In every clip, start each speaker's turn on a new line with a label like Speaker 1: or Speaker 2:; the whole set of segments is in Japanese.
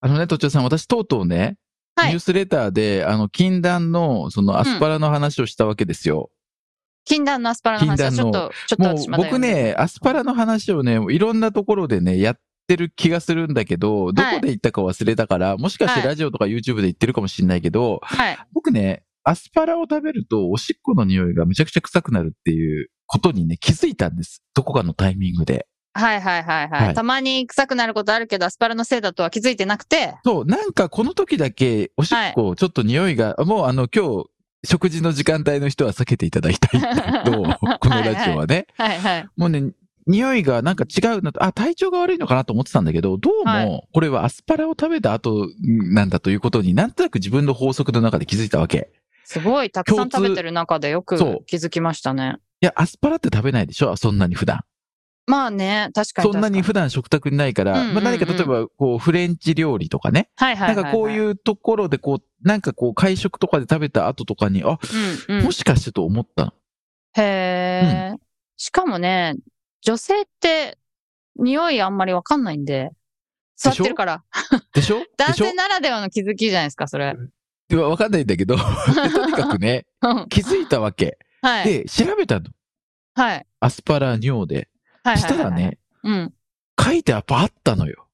Speaker 1: あのね、都庁さん、私、とうとうね、
Speaker 2: はい
Speaker 1: ニュースレターで、あの、禁断の、その、アスパラの話をしたわけですよ。
Speaker 2: 禁断のアスパラの話は
Speaker 1: 禁
Speaker 2: ち
Speaker 1: 断
Speaker 2: ょ
Speaker 1: の
Speaker 2: っと、ちょっと
Speaker 1: もう
Speaker 2: 私、まだ
Speaker 1: 僕
Speaker 2: 読んでない、
Speaker 1: ね、アスパラの話をね、いろんなところでね、やってる気がするんだけど、どこで言ったか忘れたから、もしかして
Speaker 2: はい
Speaker 1: ラジオとか YouTube で言ってるかもしれないけど、
Speaker 2: はい。
Speaker 1: 僕ね、アスパラを食べると、おしっこの匂いがめちゃくちゃ臭くなるっていうことにね、気づいたんです。どこかのタイミングで。
Speaker 2: はいはいはいはい。
Speaker 1: はい
Speaker 2: たまに臭くなることあるけど、アスパラのせいだとは気づいてなくて、
Speaker 1: そう、なんかこの時だけ、おしっこ、ちょっと匂いが、もうあの、今日、食事の時間帯の人は避けていただき たいんだけど、このラジオはね。
Speaker 2: はいはい。
Speaker 1: もうね、匂いがなんか違うなと、あ、体調が悪いのかなと思ってたんだけど、どう
Speaker 2: は
Speaker 1: も、これはアスパラを食べた後なんだということになんとなく自分の法則の中で気づいたわけ。
Speaker 2: すごい、たくさ
Speaker 1: 共
Speaker 2: ん
Speaker 1: 通
Speaker 2: 食べてる中でよく
Speaker 1: そう
Speaker 2: 気づきましたね。
Speaker 1: いや、アスパラって食べないでしょそんなに普段。
Speaker 2: まあね、確かに
Speaker 1: そ
Speaker 2: 確か
Speaker 1: んなに普段食卓にないから、
Speaker 2: うんうんうん
Speaker 1: まあ何か例えば、こう、フレンチ料理とかね。
Speaker 2: はいはいはい、
Speaker 1: なんかこう
Speaker 2: う、
Speaker 1: いうところで、こう、なんかこう、会食とかで食べた後とかに、あ、
Speaker 2: うんうん
Speaker 1: も、しかしてと思ったの。
Speaker 2: へえ、しかもね、女性って、匂いあんまりわかんないんで、座
Speaker 1: で
Speaker 2: っ
Speaker 1: しょ
Speaker 2: てるから、
Speaker 1: でしょで
Speaker 2: 男
Speaker 1: しょ
Speaker 2: 性ならではの気づきじゃないですか、それ。
Speaker 1: いやわかんないんだ けど、でとにかくね、
Speaker 2: うん
Speaker 1: 気づいたわけ。
Speaker 2: はい。
Speaker 1: で、調べたの。
Speaker 2: はい。
Speaker 1: アスパラ尿で。
Speaker 2: はい。
Speaker 1: したらね、、
Speaker 2: うん。
Speaker 1: 書いてやっぱあったのよ。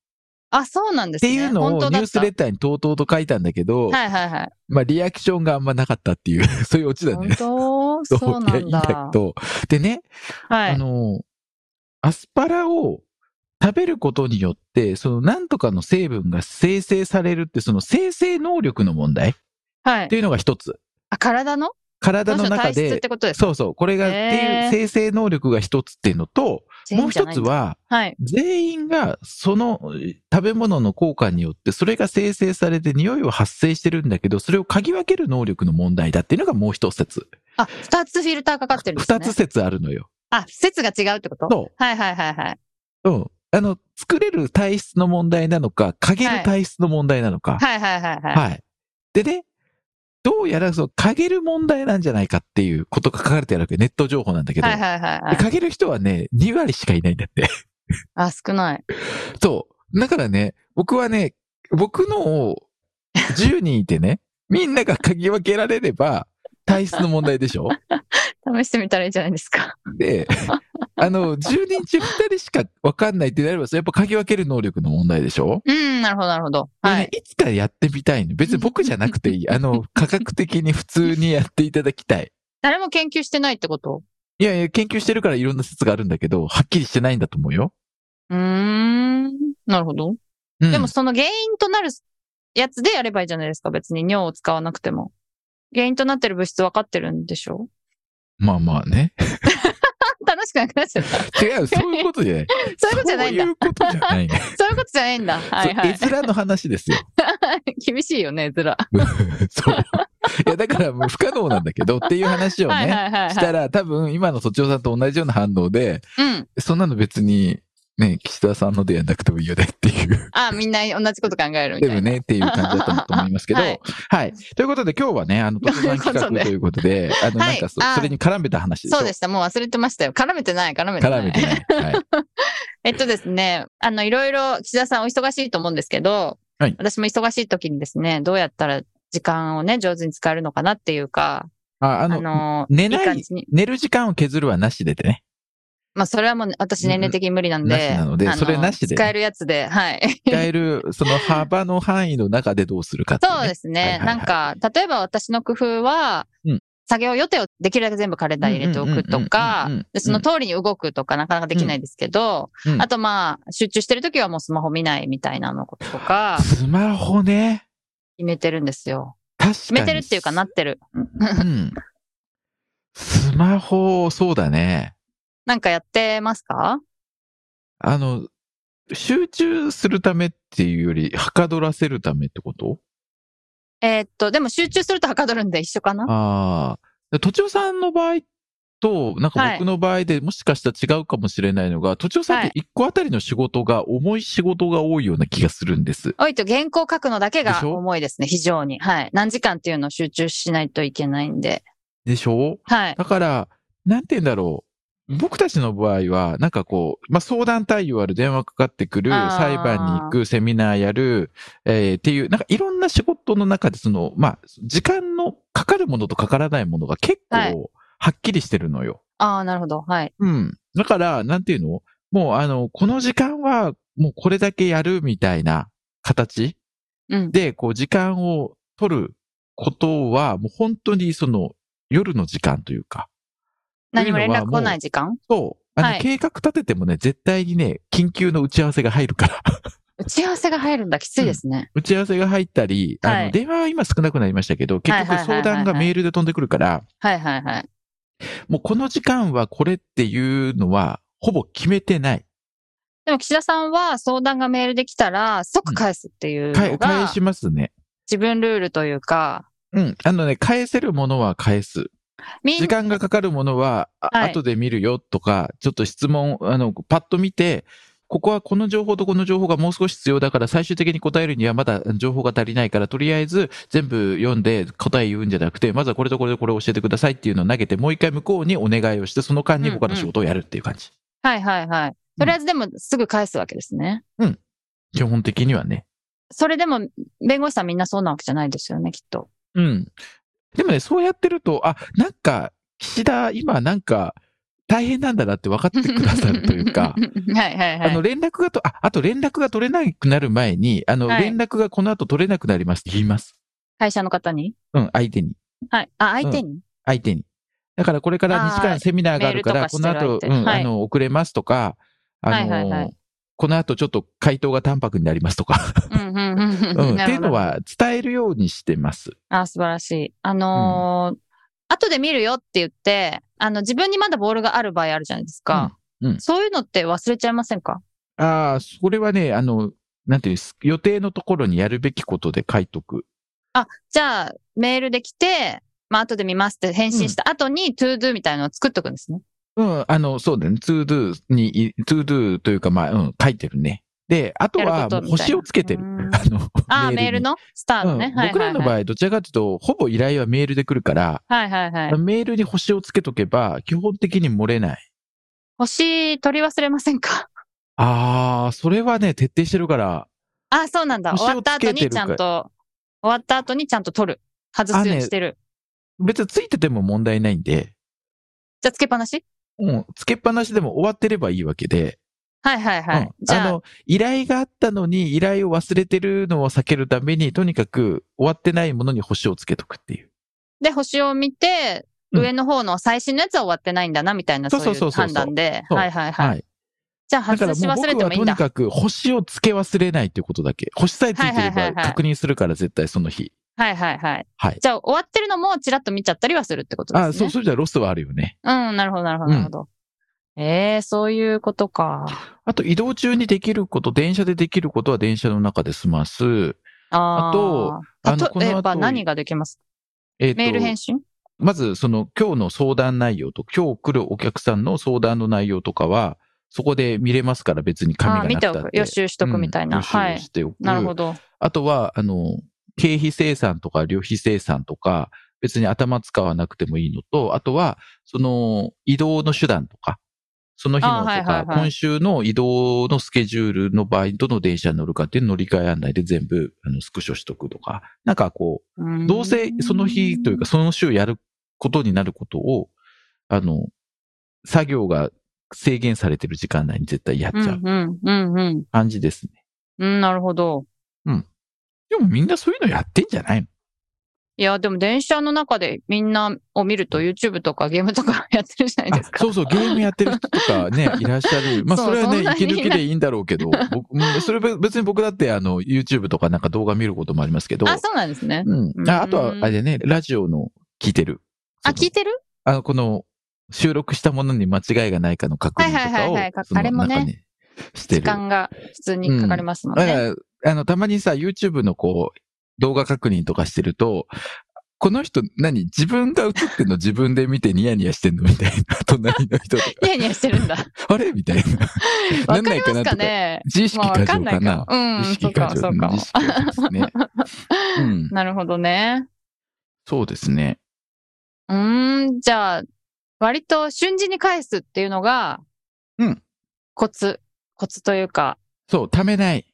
Speaker 2: あ、そうなんで
Speaker 1: っ
Speaker 2: す
Speaker 1: て
Speaker 2: ね。
Speaker 1: いうの
Speaker 2: 本
Speaker 1: を
Speaker 2: 当
Speaker 1: ニ
Speaker 2: だっ
Speaker 1: ュースレターにとうとうと書いたんだけど、
Speaker 2: たはいはいはい。
Speaker 1: まあリアクションがあんまなかったっていう、 そういうオチだね。
Speaker 2: 本当そう
Speaker 1: い
Speaker 2: な
Speaker 1: やいい
Speaker 2: ん
Speaker 1: んだけ
Speaker 2: だ。
Speaker 1: ど。でね、
Speaker 2: は
Speaker 1: あ
Speaker 2: い。
Speaker 1: の、アスパラを食べることによって、その何とかの成分が生成されるって、その生成能力の問題っ
Speaker 2: はい
Speaker 1: て。いうのが一つ。
Speaker 2: あ、体の
Speaker 1: 体の
Speaker 2: どうし
Speaker 1: 中
Speaker 2: た体質っ
Speaker 1: で
Speaker 2: て、ことですか
Speaker 1: そうそう、これがってい
Speaker 2: へ
Speaker 1: う
Speaker 2: ー
Speaker 1: 生成能力が一つっていうのと、もう一つ。は、
Speaker 2: はい。
Speaker 1: 全員がそのえ食べ物の効果によって、それが生成されて匂いを発生してるんだけど、それを嗅ぎ分ける能力の問題だっていうのがもう一説。
Speaker 2: あ、二つフィルターかかってるんです
Speaker 1: 二、
Speaker 2: ね。
Speaker 1: つ。説あるのよ。
Speaker 2: あ、説が違うってこと
Speaker 1: そ
Speaker 2: はいはいはいはい。
Speaker 1: う。うん。あの、作れる体質の問題なのか、嗅げ
Speaker 2: は
Speaker 1: る
Speaker 2: い
Speaker 1: 体質の問題なのか。
Speaker 2: はいはいはいはい。
Speaker 1: はい。でね、どうやらその嗅げる問題なんじゃないかっていうことが書かれてあるわけ。ネット情報なんだけど。
Speaker 2: はいはいはいは
Speaker 1: で
Speaker 2: い。
Speaker 1: 嗅げる人はね、2割しかいないんだって。
Speaker 2: あ、少ない。
Speaker 1: そう。だからね、僕はね、僕のを10人いて ね、みんなが嗅ぎ分けられれば、体質の問題でしょ
Speaker 2: 試してみたらいいんじゃないですか。
Speaker 1: で、あの、10人中2人しか分かんないってなれば、それやっぱ嗅ぎ分ける能力の問題でしょ
Speaker 2: うん、なるほどなるほど。は
Speaker 1: はいい、。いつかやってみたいの。別に僕じゃなくていい。 あの、科学的に普通にやっていただきたい。
Speaker 2: 誰も研究してないってこと
Speaker 1: いやいや、研究してるからいろんな説があるんだけど、はっきりしてないんだと思うよ。
Speaker 2: うーん。なるほど。
Speaker 1: うん、
Speaker 2: でもその原因となるやつでやればいいじゃないですか。別に尿を使わなくても。原因となってる物質分かってるんでしょ
Speaker 1: まあまあね。
Speaker 2: 楽しくなくなっ ちゃった。
Speaker 1: 違う、そういうことじゃない。
Speaker 2: そういうことじゃないん
Speaker 1: そ
Speaker 2: だ
Speaker 1: ういうことじゃない。
Speaker 2: そういうことじゃないんだ。はいは
Speaker 1: そう絵面の話ですよ。
Speaker 2: い。厳しいよね、絵面。は
Speaker 1: そう。いや、だからもう不可能なんだけどっていう話
Speaker 2: い
Speaker 1: を
Speaker 2: はい
Speaker 1: ね、
Speaker 2: はいはい。
Speaker 1: したら多分今のそちおさんと同じような反応で、
Speaker 2: うん。
Speaker 1: そんなの別に、ね、岸田さんのでやんなくてもいいよねっていう、
Speaker 2: あ、みんな同じこと考えるみ
Speaker 1: で
Speaker 2: た
Speaker 1: も
Speaker 2: いな。
Speaker 1: ねっていう感じだったと思いますけど、は
Speaker 2: はいい、
Speaker 1: ということで今日はね、あの、とちおさん企画ということで、あの、
Speaker 2: は
Speaker 1: ないんかそ,、
Speaker 2: あー
Speaker 1: れに絡めた話でしょ
Speaker 2: そうでした。もう忘れてましたよ。絡めてない、絡めてない。
Speaker 1: 絡めてね。はい。
Speaker 2: えっとですね、あの、いろいろ岸田さんお忙しいと思うんですけど、
Speaker 1: はい
Speaker 2: 私も忙しい時にですね、どうやったら時間をね、上手に使えるのかなっていうか、
Speaker 1: あ、あ
Speaker 2: あ
Speaker 1: の、
Speaker 2: の、
Speaker 1: 寝ない
Speaker 2: い感じに。
Speaker 1: 寝る時間を削るはなしでね。
Speaker 2: まあ、それはもう私年齢的に無理なん
Speaker 1: うんな
Speaker 2: で。
Speaker 1: しなので
Speaker 2: あ
Speaker 1: それなしで
Speaker 2: 使えるやつで、はい。
Speaker 1: 使える、その幅の範囲の中でどうするかっていうね、
Speaker 2: そうです
Speaker 1: はいは
Speaker 2: ね。
Speaker 1: いはい
Speaker 2: なんか、例えば私の工夫は、
Speaker 1: うん
Speaker 2: 作業予定をできるだけ全部カレンダーに入れておくと
Speaker 1: うん
Speaker 2: か
Speaker 1: うんうんうんうん、
Speaker 2: でその通りに動くとかなかなかできないですけど、
Speaker 1: うん
Speaker 2: あとまあ、集中してるときはもうスマホ見ないみたいなのとか、
Speaker 1: スマホね。
Speaker 2: 決めてるんですよ。
Speaker 1: 確かに。
Speaker 2: 決めてるっていうかなっ。てる。
Speaker 1: うん。スマホ、そうだね。
Speaker 2: なんかやってますか
Speaker 1: あの、集中するためっていうより、はかどらせるためってこと
Speaker 2: えーっと、でも集中するとはかどるんで一緒かな
Speaker 1: ああ。とちおさんの場合と、なんか僕の場合でもしかしたら違うかもしれないのが、とちおさんって一個あたりの仕事が重い仕事が多いような気がするんです。
Speaker 2: おいと原稿書くのだけ
Speaker 1: で
Speaker 2: が
Speaker 1: しょ
Speaker 2: 重いですね、非常に。はい。何時間っていうのを集中しないといけないんで。
Speaker 1: でしょ
Speaker 2: はい。
Speaker 1: だから、なんて言うんだろう。僕たちの場合は、なんかこう、まあ、相談対応ある、電話かかってくる、
Speaker 2: あー
Speaker 1: 裁判に行く、セミナーやる、えーっていう、なんかいろんな仕事の中で、その、まあ、時間のかかるものとかからないものが結
Speaker 2: はい
Speaker 1: 構、はっきりしてるのよ。
Speaker 2: ああ、なるほど。はい。
Speaker 1: うん。だから、なんていうのもう、あの、この時間は、もうこれだけやるみたいな形
Speaker 2: うん。
Speaker 1: で、こう、時間を取ることは、もう本当にその、夜の時間というか。
Speaker 2: 何も連絡来ないい時
Speaker 1: う
Speaker 2: 間
Speaker 1: のはもう。そう。あの、
Speaker 2: はい
Speaker 1: 計画立ててもね、絶対にね、緊急の打ち合わせが入るから。
Speaker 2: 打ち合わせが入るんだ。きついですね。
Speaker 1: 打ち合わせが入ったり、あの、
Speaker 2: はい
Speaker 1: 電話は今少なくなりましたけど、結
Speaker 2: はい
Speaker 1: 局
Speaker 2: はいはいはい
Speaker 1: 相談がメールで飛んでくるから、
Speaker 2: はいはいはい。
Speaker 1: もうこの時間はこれっていうのは、ほぼ決めてない。
Speaker 2: でも岸田さんは相談がメールできたら即返すっていう
Speaker 1: かえ
Speaker 2: の
Speaker 1: 返
Speaker 2: が
Speaker 1: しますね。
Speaker 2: 自分ルールというか、
Speaker 1: うん。あのね、返せるものは返す。
Speaker 2: みん
Speaker 1: 時間がかかるものは、あ
Speaker 2: はい
Speaker 1: 後で見るよとか、ちょっと質問、あの、パッと見て、ここはこの情報とこの情報がもう少し必要だから、最終的に答えるにはまだ情報が足りないから、とりあえず全部読んで答え言うんじゃなくて、まずはこれとこれとこれを教えてくださいっていうのを投げて、もう一回向こうにお願いをして、その間に他の仕事をやるっていう感じ。
Speaker 2: はいはいはい。とりあえずでもすぐ返すわけですね。
Speaker 1: 基本的にはね。
Speaker 2: それでも弁護士さんみんなそうなわけじゃないですよね、きっと。、
Speaker 1: うん。でもね、そうやってると、あ、なんか、岸田、今なんか、大変なんだなって分かってくださるというか
Speaker 2: はいはいは
Speaker 1: あの、
Speaker 2: い。
Speaker 1: 連絡がと、あ、あと連絡が取れなくなる前に、あの、
Speaker 2: はい
Speaker 1: 連絡がこの後取れなくなりますって言います。
Speaker 2: 会社の方に
Speaker 1: うん、相手に。
Speaker 2: はい。あ、相手に、
Speaker 1: 相手に。だからこれから2時
Speaker 2: あー
Speaker 1: 間セミナーがあるから、
Speaker 2: メー
Speaker 1: こ
Speaker 2: ルとかして
Speaker 1: の
Speaker 2: る
Speaker 1: 後、う
Speaker 2: 相手
Speaker 1: ん、
Speaker 2: はい
Speaker 1: あの、遅れますとか、あのー
Speaker 2: はいはいはい
Speaker 1: この後ちょっと回答が淡白になりますと か、
Speaker 2: うんうんう
Speaker 1: う
Speaker 2: ん
Speaker 1: ん、
Speaker 2: ん
Speaker 1: って
Speaker 2: ない
Speaker 1: う
Speaker 2: るほ
Speaker 1: の
Speaker 2: ど
Speaker 1: は伝えるようにしてます。
Speaker 2: あ、素晴らしい。あのー後で見るよって言って、あの、自分にまだボールがある場合あるじゃないですか。
Speaker 1: うんうん
Speaker 2: そういうのって忘れちゃいませんか
Speaker 1: ああ、それはね、あの、なんていうんです、予定のところにやるべきことで書いとく。
Speaker 2: じゃあ、メールで来て、まあ、後で見ますって返信した後に、トゥードゥみたいなのを作っとくんですね。
Speaker 1: うん、あの、そうだね。to do に、to do というか、まあ、うん、書いてるね。で、あと
Speaker 2: や
Speaker 1: は、
Speaker 2: ることみたいな
Speaker 1: 星をつけてる。
Speaker 2: うん
Speaker 1: あの、
Speaker 2: あー、メール
Speaker 1: に
Speaker 2: のスターのね。
Speaker 1: うん
Speaker 2: はいはいはい、
Speaker 1: 僕らの場合、どちらかというと、ほぼ依頼はメールで来るから、
Speaker 2: はいはいはい。
Speaker 1: メールに星をつけとけば、基本的に漏れない。
Speaker 2: 星取り忘れませんか
Speaker 1: あー、それはね、徹底してるから、
Speaker 2: あ、そうなんだ。
Speaker 1: 星
Speaker 2: 終
Speaker 1: を
Speaker 2: わった後
Speaker 1: つけて
Speaker 2: に
Speaker 1: る
Speaker 2: ち
Speaker 1: か
Speaker 2: ゃんと、終わった後にちゃんと取る。外すようにしてる。
Speaker 1: 別についてても問題ないんで、
Speaker 2: じゃあ、つけっぱなし
Speaker 1: うん、つけっぱなしでも終わってればいいわけで、
Speaker 2: はいはいはい。
Speaker 1: うん
Speaker 2: じゃあ、
Speaker 1: あの、依頼があったのに、依頼を忘れてるのを避けるために、とにかく終わってないものに星をつけとくっていう。
Speaker 2: で、星を見て、
Speaker 1: うん
Speaker 2: 上の方の最新のやつは終わってないんだな、みたいな、
Speaker 1: そ
Speaker 2: そうう
Speaker 1: そう
Speaker 2: い
Speaker 1: そううそう
Speaker 2: 判断で。
Speaker 1: そう
Speaker 2: はいはいはい。。じゃあ、
Speaker 1: だから
Speaker 2: 外
Speaker 1: も
Speaker 2: し
Speaker 1: う
Speaker 2: 忘れ
Speaker 1: 僕
Speaker 2: て
Speaker 1: は
Speaker 2: もいい
Speaker 1: とに
Speaker 2: んだ。
Speaker 1: かく星をつけ忘れないっていうことだけ。星さえついてれ
Speaker 2: はいはいはい
Speaker 1: ば
Speaker 2: はい
Speaker 1: 確認するから絶対その日。
Speaker 2: はいはいはい。
Speaker 1: はい
Speaker 2: じゃあ、終わってるのもちらっと見ちゃったりはするってことですね。
Speaker 1: あ、そう、そういう意味ではロスはあるよね。
Speaker 2: うん、なるほどなるほどなるほど。ええー、そういうことか。
Speaker 1: あと移動中にできること、電車でできることは電車の中で済ます。
Speaker 2: あ
Speaker 1: あとあの
Speaker 2: ー、例え
Speaker 1: この
Speaker 2: ば
Speaker 1: 後
Speaker 2: 何ができます
Speaker 1: えっ
Speaker 2: メール返信
Speaker 1: まずその今日の相談内容と、今日来るお客さんの相談の内容とかは、そこで見れますから別に紙
Speaker 2: あ
Speaker 1: が
Speaker 2: ー
Speaker 1: な
Speaker 2: 見
Speaker 1: くた
Speaker 2: て
Speaker 1: っ
Speaker 2: お
Speaker 1: て。
Speaker 2: く。予習しとくみたいな。
Speaker 1: うん予習を
Speaker 2: はい。
Speaker 1: しておく。
Speaker 2: なるほど。
Speaker 1: あとは、あの、経費生産とか旅費生産とか、別に頭使わなくてもいいのと、あとは、その移動の手段とか、その日の
Speaker 2: あ
Speaker 1: と
Speaker 2: はいはい
Speaker 1: か、
Speaker 2: はい
Speaker 1: 今週の移動のスケジュールの場合、どの電車に乗るかっていう乗り換え案内で全部あのスクショしとくとか、なんかこう、どうせその日というかその週やることになることを、あの、作業が制限されてる時間内に絶対やっ
Speaker 2: うん、
Speaker 1: ち
Speaker 2: う、
Speaker 1: ゃうん
Speaker 2: うん、うん。
Speaker 1: 感じですね。
Speaker 2: うん、なるほど。
Speaker 1: でもみんなそういうのやってんじゃないの
Speaker 2: いや、でも電車の中でみんなを見ると YouTube とかゲームとかやってるじゃないです
Speaker 1: あ
Speaker 2: か。
Speaker 1: そうそう、ゲームやってる人とか ね、いらっしゃる。まあ、
Speaker 2: そう
Speaker 1: それはね、
Speaker 2: そんな
Speaker 1: 息
Speaker 2: に
Speaker 1: 抜きでいいんだろうけど、僕、うんそれべ別に僕だって、あの、YouTube とかなんか動画見ることもありますけど、
Speaker 2: あ、そうなんですね。
Speaker 1: うん。ああとは
Speaker 2: う、ん
Speaker 1: あれね、ラジオの聞いてる。
Speaker 2: あ、
Speaker 1: その
Speaker 2: 聞いてる
Speaker 1: あの、この、収録したものに間違いがないかの確認とかを、
Speaker 2: はいはいはいはいか
Speaker 1: その
Speaker 2: あれもね
Speaker 1: なんかして
Speaker 2: 時
Speaker 1: る。
Speaker 2: 間が普通にかかりますもん
Speaker 1: だ
Speaker 2: ね。
Speaker 1: から、あの、たまにさ、YouTube のこう、動画確認とかしてると、この人、何自分が映ってんの自分で見てニヤニヤしてんのみたいな。隣の人とか。
Speaker 2: ニヤニヤしてる んだ。
Speaker 1: あれみたいな。
Speaker 2: わかります
Speaker 1: なんないかなと
Speaker 2: か
Speaker 1: か
Speaker 2: ね。
Speaker 1: 自意識
Speaker 2: まあ、
Speaker 1: 過
Speaker 2: わか
Speaker 1: 剰
Speaker 2: んない
Speaker 1: かな
Speaker 2: か。。うん、
Speaker 1: 意識
Speaker 2: そう
Speaker 1: 過
Speaker 2: か、
Speaker 1: 剰。
Speaker 2: そう
Speaker 1: うん
Speaker 2: か
Speaker 1: 意。識過剰ですね。うん。
Speaker 2: なるほどね。
Speaker 1: そうですね。
Speaker 2: うーん、じゃあ、割と瞬時に返すっていうのが、
Speaker 1: うん。
Speaker 2: コツ、コツというか、
Speaker 1: そう、ためない。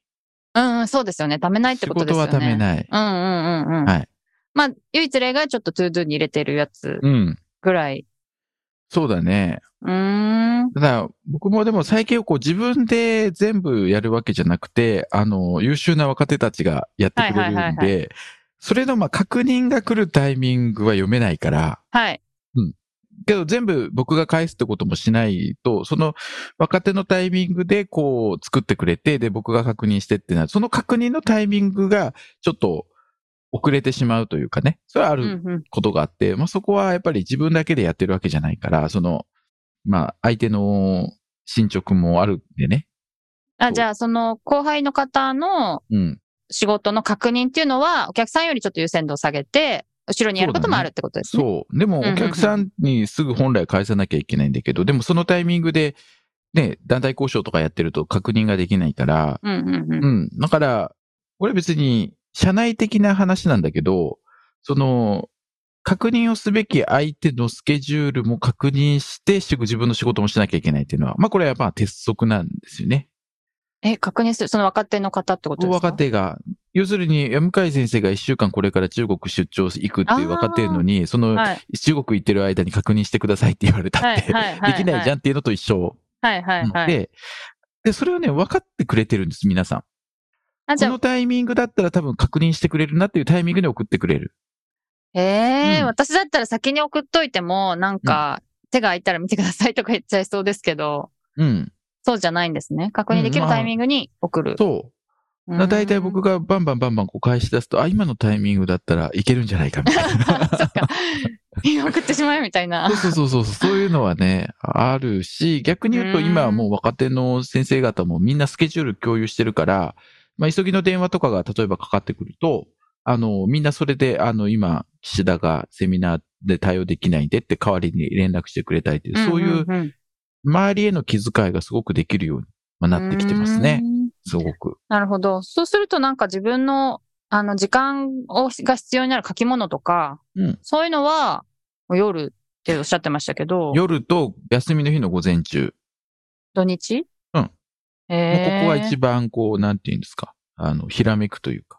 Speaker 2: うん、うんそうですよね。貯めないって
Speaker 1: 仕
Speaker 2: ことで
Speaker 1: 事
Speaker 2: すよ
Speaker 1: はため
Speaker 2: ね。
Speaker 1: ない。
Speaker 2: うんうんうんうん。
Speaker 1: はい。
Speaker 2: まあ、唯一例外ちょっとトゥードゥに入れてるやつ
Speaker 1: うん。
Speaker 2: ぐらい。
Speaker 1: そうだね。
Speaker 2: うーん。
Speaker 1: ただ、僕もでも最近はこう自分で全部やるわけじゃなくて、あの、優秀な若手たちがやってくれるんで、
Speaker 2: はいはいはい
Speaker 1: それのまあ確認が来るタイミングは読めないから、
Speaker 2: はい。
Speaker 1: けど全部僕が返すってこともしないと、その若手のタイミングでこう作ってくれて、で僕が確認してってなる。その確認のタイミングがちょっと遅れてしまうというかね。それはあ
Speaker 2: う
Speaker 1: る
Speaker 2: んうん。
Speaker 1: ことがあって、まあ、そこはやっぱり自分だけでやってるわけじゃないから、その、まあ、相手の進捗もあるんでね。そ
Speaker 2: あ、
Speaker 1: う
Speaker 2: じゃあ、その後輩の方の
Speaker 1: うん。
Speaker 2: 仕事の確認っていうのは、お客さんよりちょっと優先度を下げて、後ろにやることもあるってことですね。
Speaker 1: そう。でも、
Speaker 2: うんうんうん
Speaker 1: お客さんにすぐ本来返さなきゃいけないんだけど、でもそのタイミングで、ね、団体交渉とかやってると確認ができないから、
Speaker 2: うんうんうん。
Speaker 1: うん。だから、これ別に、社内的な話なんだけど、その、確認をすべき相手のスケジュールも確認して、し自分の仕事もしなきゃいけないっていうのは、まあこれはまあ鉄則なんですよね。
Speaker 2: え、確認する、その若手の方ってことですか
Speaker 1: 若手が、要するに、向井先生が1週間これから中国出張行くっていう分かってるのに、その
Speaker 2: はい。
Speaker 1: 中国行ってる間に確認してくださいって言われた
Speaker 2: は
Speaker 1: っ
Speaker 2: い。
Speaker 1: て、
Speaker 2: は
Speaker 1: で
Speaker 2: い。
Speaker 1: きないじゃ
Speaker 2: ん。
Speaker 1: んっていうのと一緒
Speaker 2: はい。はい。はい。
Speaker 1: で、で、それをね、分かってくれてるんです、皆さん。
Speaker 2: あ、じ
Speaker 1: こ
Speaker 2: ゃ
Speaker 1: のタイミングだったら多分確認してくれるなっていうタイミングで送ってくれる。
Speaker 2: あ、ええ
Speaker 1: うん
Speaker 2: 私だったら先に送っといても、なんか、手が空いたら見てくださいとか言っちゃいそうですけど、
Speaker 1: うん。
Speaker 2: そうじゃないんですね。確認でき
Speaker 1: う
Speaker 2: る
Speaker 1: んまあ
Speaker 2: タイミングに送る。
Speaker 1: そうう。
Speaker 2: ん
Speaker 1: だいたい僕がバンバンバンバンこう返し出すと、あ、今のタイミングだったらいけるんじゃないかみた いな。
Speaker 2: そっか。 送ってしまえみたいな。
Speaker 1: そうそうそうそう、そういうのはね、あるし、逆に言うと
Speaker 2: うん
Speaker 1: 今はもう若手の先生方もみんなスケジュール共有してるから、まあ、急ぎの電話とかが例えばかかってくると、あの、みんなそれで、あの、今、岸田がセミナーで対応できないんでって代わりに連絡してくれたりっていう、そういうん
Speaker 2: ん
Speaker 1: 周りへの気遣いがすごくできるようにまあな
Speaker 2: う
Speaker 1: んってきてますね。
Speaker 2: う。ん
Speaker 1: すごく。
Speaker 2: なるほど。そうするとなんか自分の、あの、時間を、が必要になる書き物とか、
Speaker 1: うん
Speaker 2: そういうのは、夜っておっしゃってましたけど、
Speaker 1: 夜と休みの日の午前中、
Speaker 2: 土日
Speaker 1: うん
Speaker 2: もう
Speaker 1: もうここは一
Speaker 2: 番。
Speaker 1: 番こう、なんて言うんですか。あの、ひらめくというか。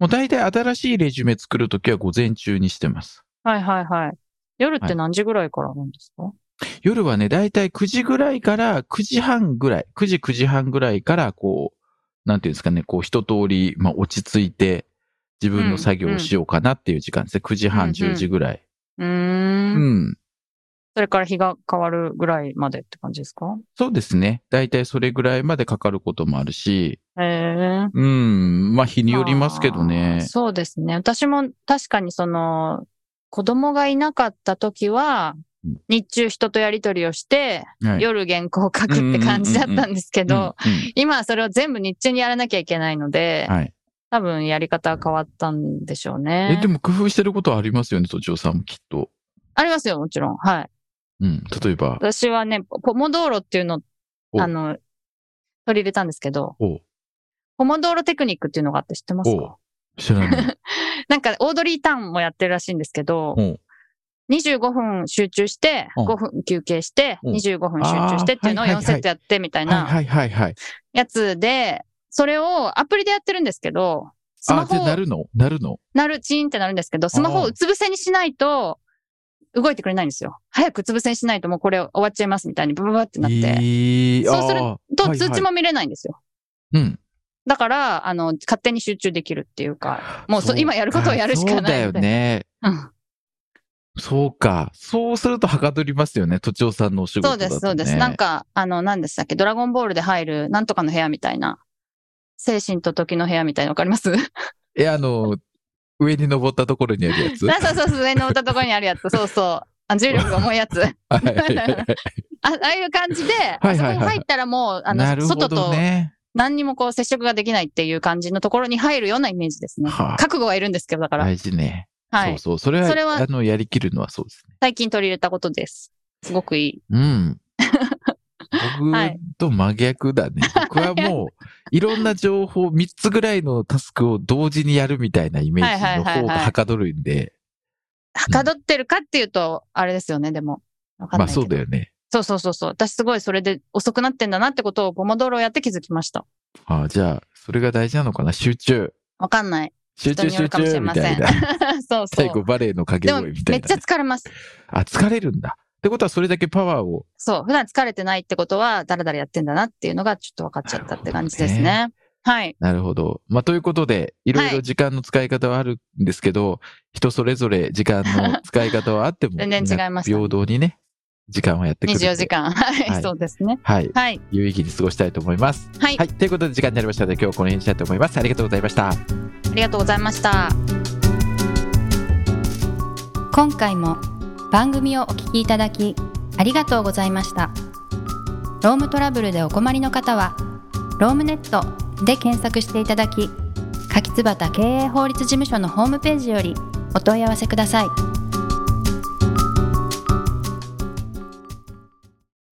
Speaker 1: もう大体新しいレジュメ作るときは午前中にしてます。
Speaker 2: はいはいはい。夜って何時ぐらいからなんですか、
Speaker 1: 夜はね、だいたい9時ぐらいから9時半ぐらい、9時9時半ぐらいから、こう、なんていうんですかね、こう一通り、まあ落ち着いて、自分の作業をしようかなっていう時間ですね。9時
Speaker 2: うんう
Speaker 1: 半、
Speaker 2: ん
Speaker 1: 10時ぐらい。
Speaker 2: う
Speaker 1: う
Speaker 2: ーん。
Speaker 1: ん。
Speaker 2: それから日が変わるぐらいまでって感じですか
Speaker 1: そうですね。だいたいそれぐらいまでかかることもあるし、
Speaker 2: へえ。
Speaker 1: うん。まあ日によりますけど
Speaker 2: あー
Speaker 1: ね。
Speaker 2: そうですね。私も確かにその、子供がいなかった時は
Speaker 1: うん、
Speaker 2: 日中人とやり取りをして、
Speaker 1: はい
Speaker 2: 夜原稿を書くって感じだったんですけ
Speaker 1: うんうん
Speaker 2: ど、今はそれを全部日中にやらなきゃいけないので、
Speaker 1: はい。
Speaker 2: 多分やり方は変わったんでしょ
Speaker 1: え、
Speaker 2: うね
Speaker 1: で。も工夫してることはありますよね、都庁さんもきっと。
Speaker 2: ありますよ、もちろん。はい。
Speaker 1: うん。例えば、
Speaker 2: 私はね、ポポモドーロっていうの、
Speaker 1: お
Speaker 2: あの、取り入れたんですけど、
Speaker 1: おう
Speaker 2: ポモドーロテクニックっていうのがあって知ってます
Speaker 1: お
Speaker 2: か
Speaker 1: う知らない。
Speaker 2: なんか、オードリー・タンもやってるらしいんですけど、
Speaker 1: おう
Speaker 2: 25分集中して、
Speaker 1: うん
Speaker 2: 5分休憩して、
Speaker 1: うん
Speaker 2: 25分集中してっていうのを
Speaker 1: あーはいはいは
Speaker 2: 4
Speaker 1: い
Speaker 2: セットやってみたい
Speaker 1: は
Speaker 2: ない
Speaker 1: はいはいはい。
Speaker 2: やつで、それをアプリでやってるんですけど、スマ
Speaker 1: あ、
Speaker 2: ホ
Speaker 1: で、
Speaker 2: を
Speaker 1: なるのなるの
Speaker 2: なる、チーンってなるんですけど、スマホをうつ伏せにしないと、動いてくれないんですよ。早くうつ伏せにしないともうこれ終わっちゃいますみたいにブブブってなっ
Speaker 1: え
Speaker 2: て、
Speaker 1: ー
Speaker 2: そうする
Speaker 1: あー
Speaker 2: と
Speaker 1: はいはい
Speaker 2: 通知も見れないんですよ。
Speaker 1: うん。
Speaker 2: だから、あの、勝手に集中できるっていうか、もうそ
Speaker 1: そか
Speaker 2: 今やることをやるしかないみたいな
Speaker 1: そうだよね。
Speaker 2: うん
Speaker 1: そうか。そうするとはかどりますよね、都庁さんのお仕事
Speaker 2: そ
Speaker 1: だと、ね。
Speaker 2: うです、そうです。なん
Speaker 1: か。
Speaker 2: か、あの、何でしたっけ、ドラゴンボールで入る、なんとかの部屋みたいな、精神と時の部屋みたいな、わかりますあ
Speaker 1: え、あの、上に登ったところにあるやつ。
Speaker 2: そうそうそう、上の歌ところにあるやつ、そうそう。あ重力が重いやつ。あ
Speaker 1: はい
Speaker 2: ああいう感じで、
Speaker 1: いはいはい
Speaker 2: あそこに入ったらもう、 あ
Speaker 1: な
Speaker 2: の、
Speaker 1: るほど
Speaker 2: 外と
Speaker 1: ね。
Speaker 2: 何にもこう接触ができないっていう感じのところに入るようなイメージですね。
Speaker 1: はあ
Speaker 2: 覚悟はいるんですけど、だから。はい。
Speaker 1: 大事ね。そうそう。それは、
Speaker 2: それは
Speaker 1: あの、やりきるのはそうですね。
Speaker 2: 最近取り入れたことです。すごくいい。
Speaker 1: うん。僕
Speaker 2: はい
Speaker 1: と真逆だ ね。僕はもう、いろんな情報、3つぐらいのタスクを同時にやるみたいなイメージの
Speaker 2: はいはい
Speaker 1: 方が
Speaker 2: はいはい
Speaker 1: はかどるんで、
Speaker 2: はかどってるかっていうと、あれですよね、でも。わかん
Speaker 1: ま
Speaker 2: な
Speaker 1: あ
Speaker 2: いけど。
Speaker 1: そうだよね。
Speaker 2: そうそうそうそう。私すごいそれで遅くなってんだなってことをゴマドロやって気づきました。
Speaker 1: ああじゃあ、それが大事なのかな集中。
Speaker 2: わかんない。
Speaker 1: 集
Speaker 2: 人
Speaker 1: 中
Speaker 2: によ
Speaker 1: 集
Speaker 2: るかもし
Speaker 1: 中
Speaker 2: れ
Speaker 1: み
Speaker 2: ませ
Speaker 1: た
Speaker 2: ん
Speaker 1: いな。。
Speaker 2: そうそ
Speaker 1: 最後
Speaker 2: う。
Speaker 1: バレエの掛け
Speaker 2: でも、
Speaker 1: 声
Speaker 2: め
Speaker 1: みたい
Speaker 2: っちゃ
Speaker 1: な。
Speaker 2: 疲れます。
Speaker 1: あ、疲れるんだ。ってことはそれだけパワーを。
Speaker 2: そう。普段疲れてないってことは、だらだらやってんだなっていうのがちょっと分かっちゃったって感じですね。
Speaker 1: な
Speaker 2: はい。
Speaker 1: なるほど。まあ、ということで、いろいろ時間の使い方はあるんですけど、人それぞれ時間 の使い方はあっても、
Speaker 2: 全然違いました
Speaker 1: みんな平等にね、時間はやってくるんで。
Speaker 2: 24時間。はい、
Speaker 1: はい
Speaker 2: そうですね。
Speaker 1: はい。
Speaker 2: はい。
Speaker 1: 有意義に過ごしたいと思います。
Speaker 2: はい
Speaker 1: はい。ということで時間になりましたので、今日はこの辺にしたいと思います。ありがとうございました。
Speaker 2: ありがとうございました。
Speaker 3: 今回も番組をお聞きいただきありがとうございましたロームトラブルでお困りの方はロームネットで検索していただき柿椿経営法律事務所のホームページよりお問い合わせください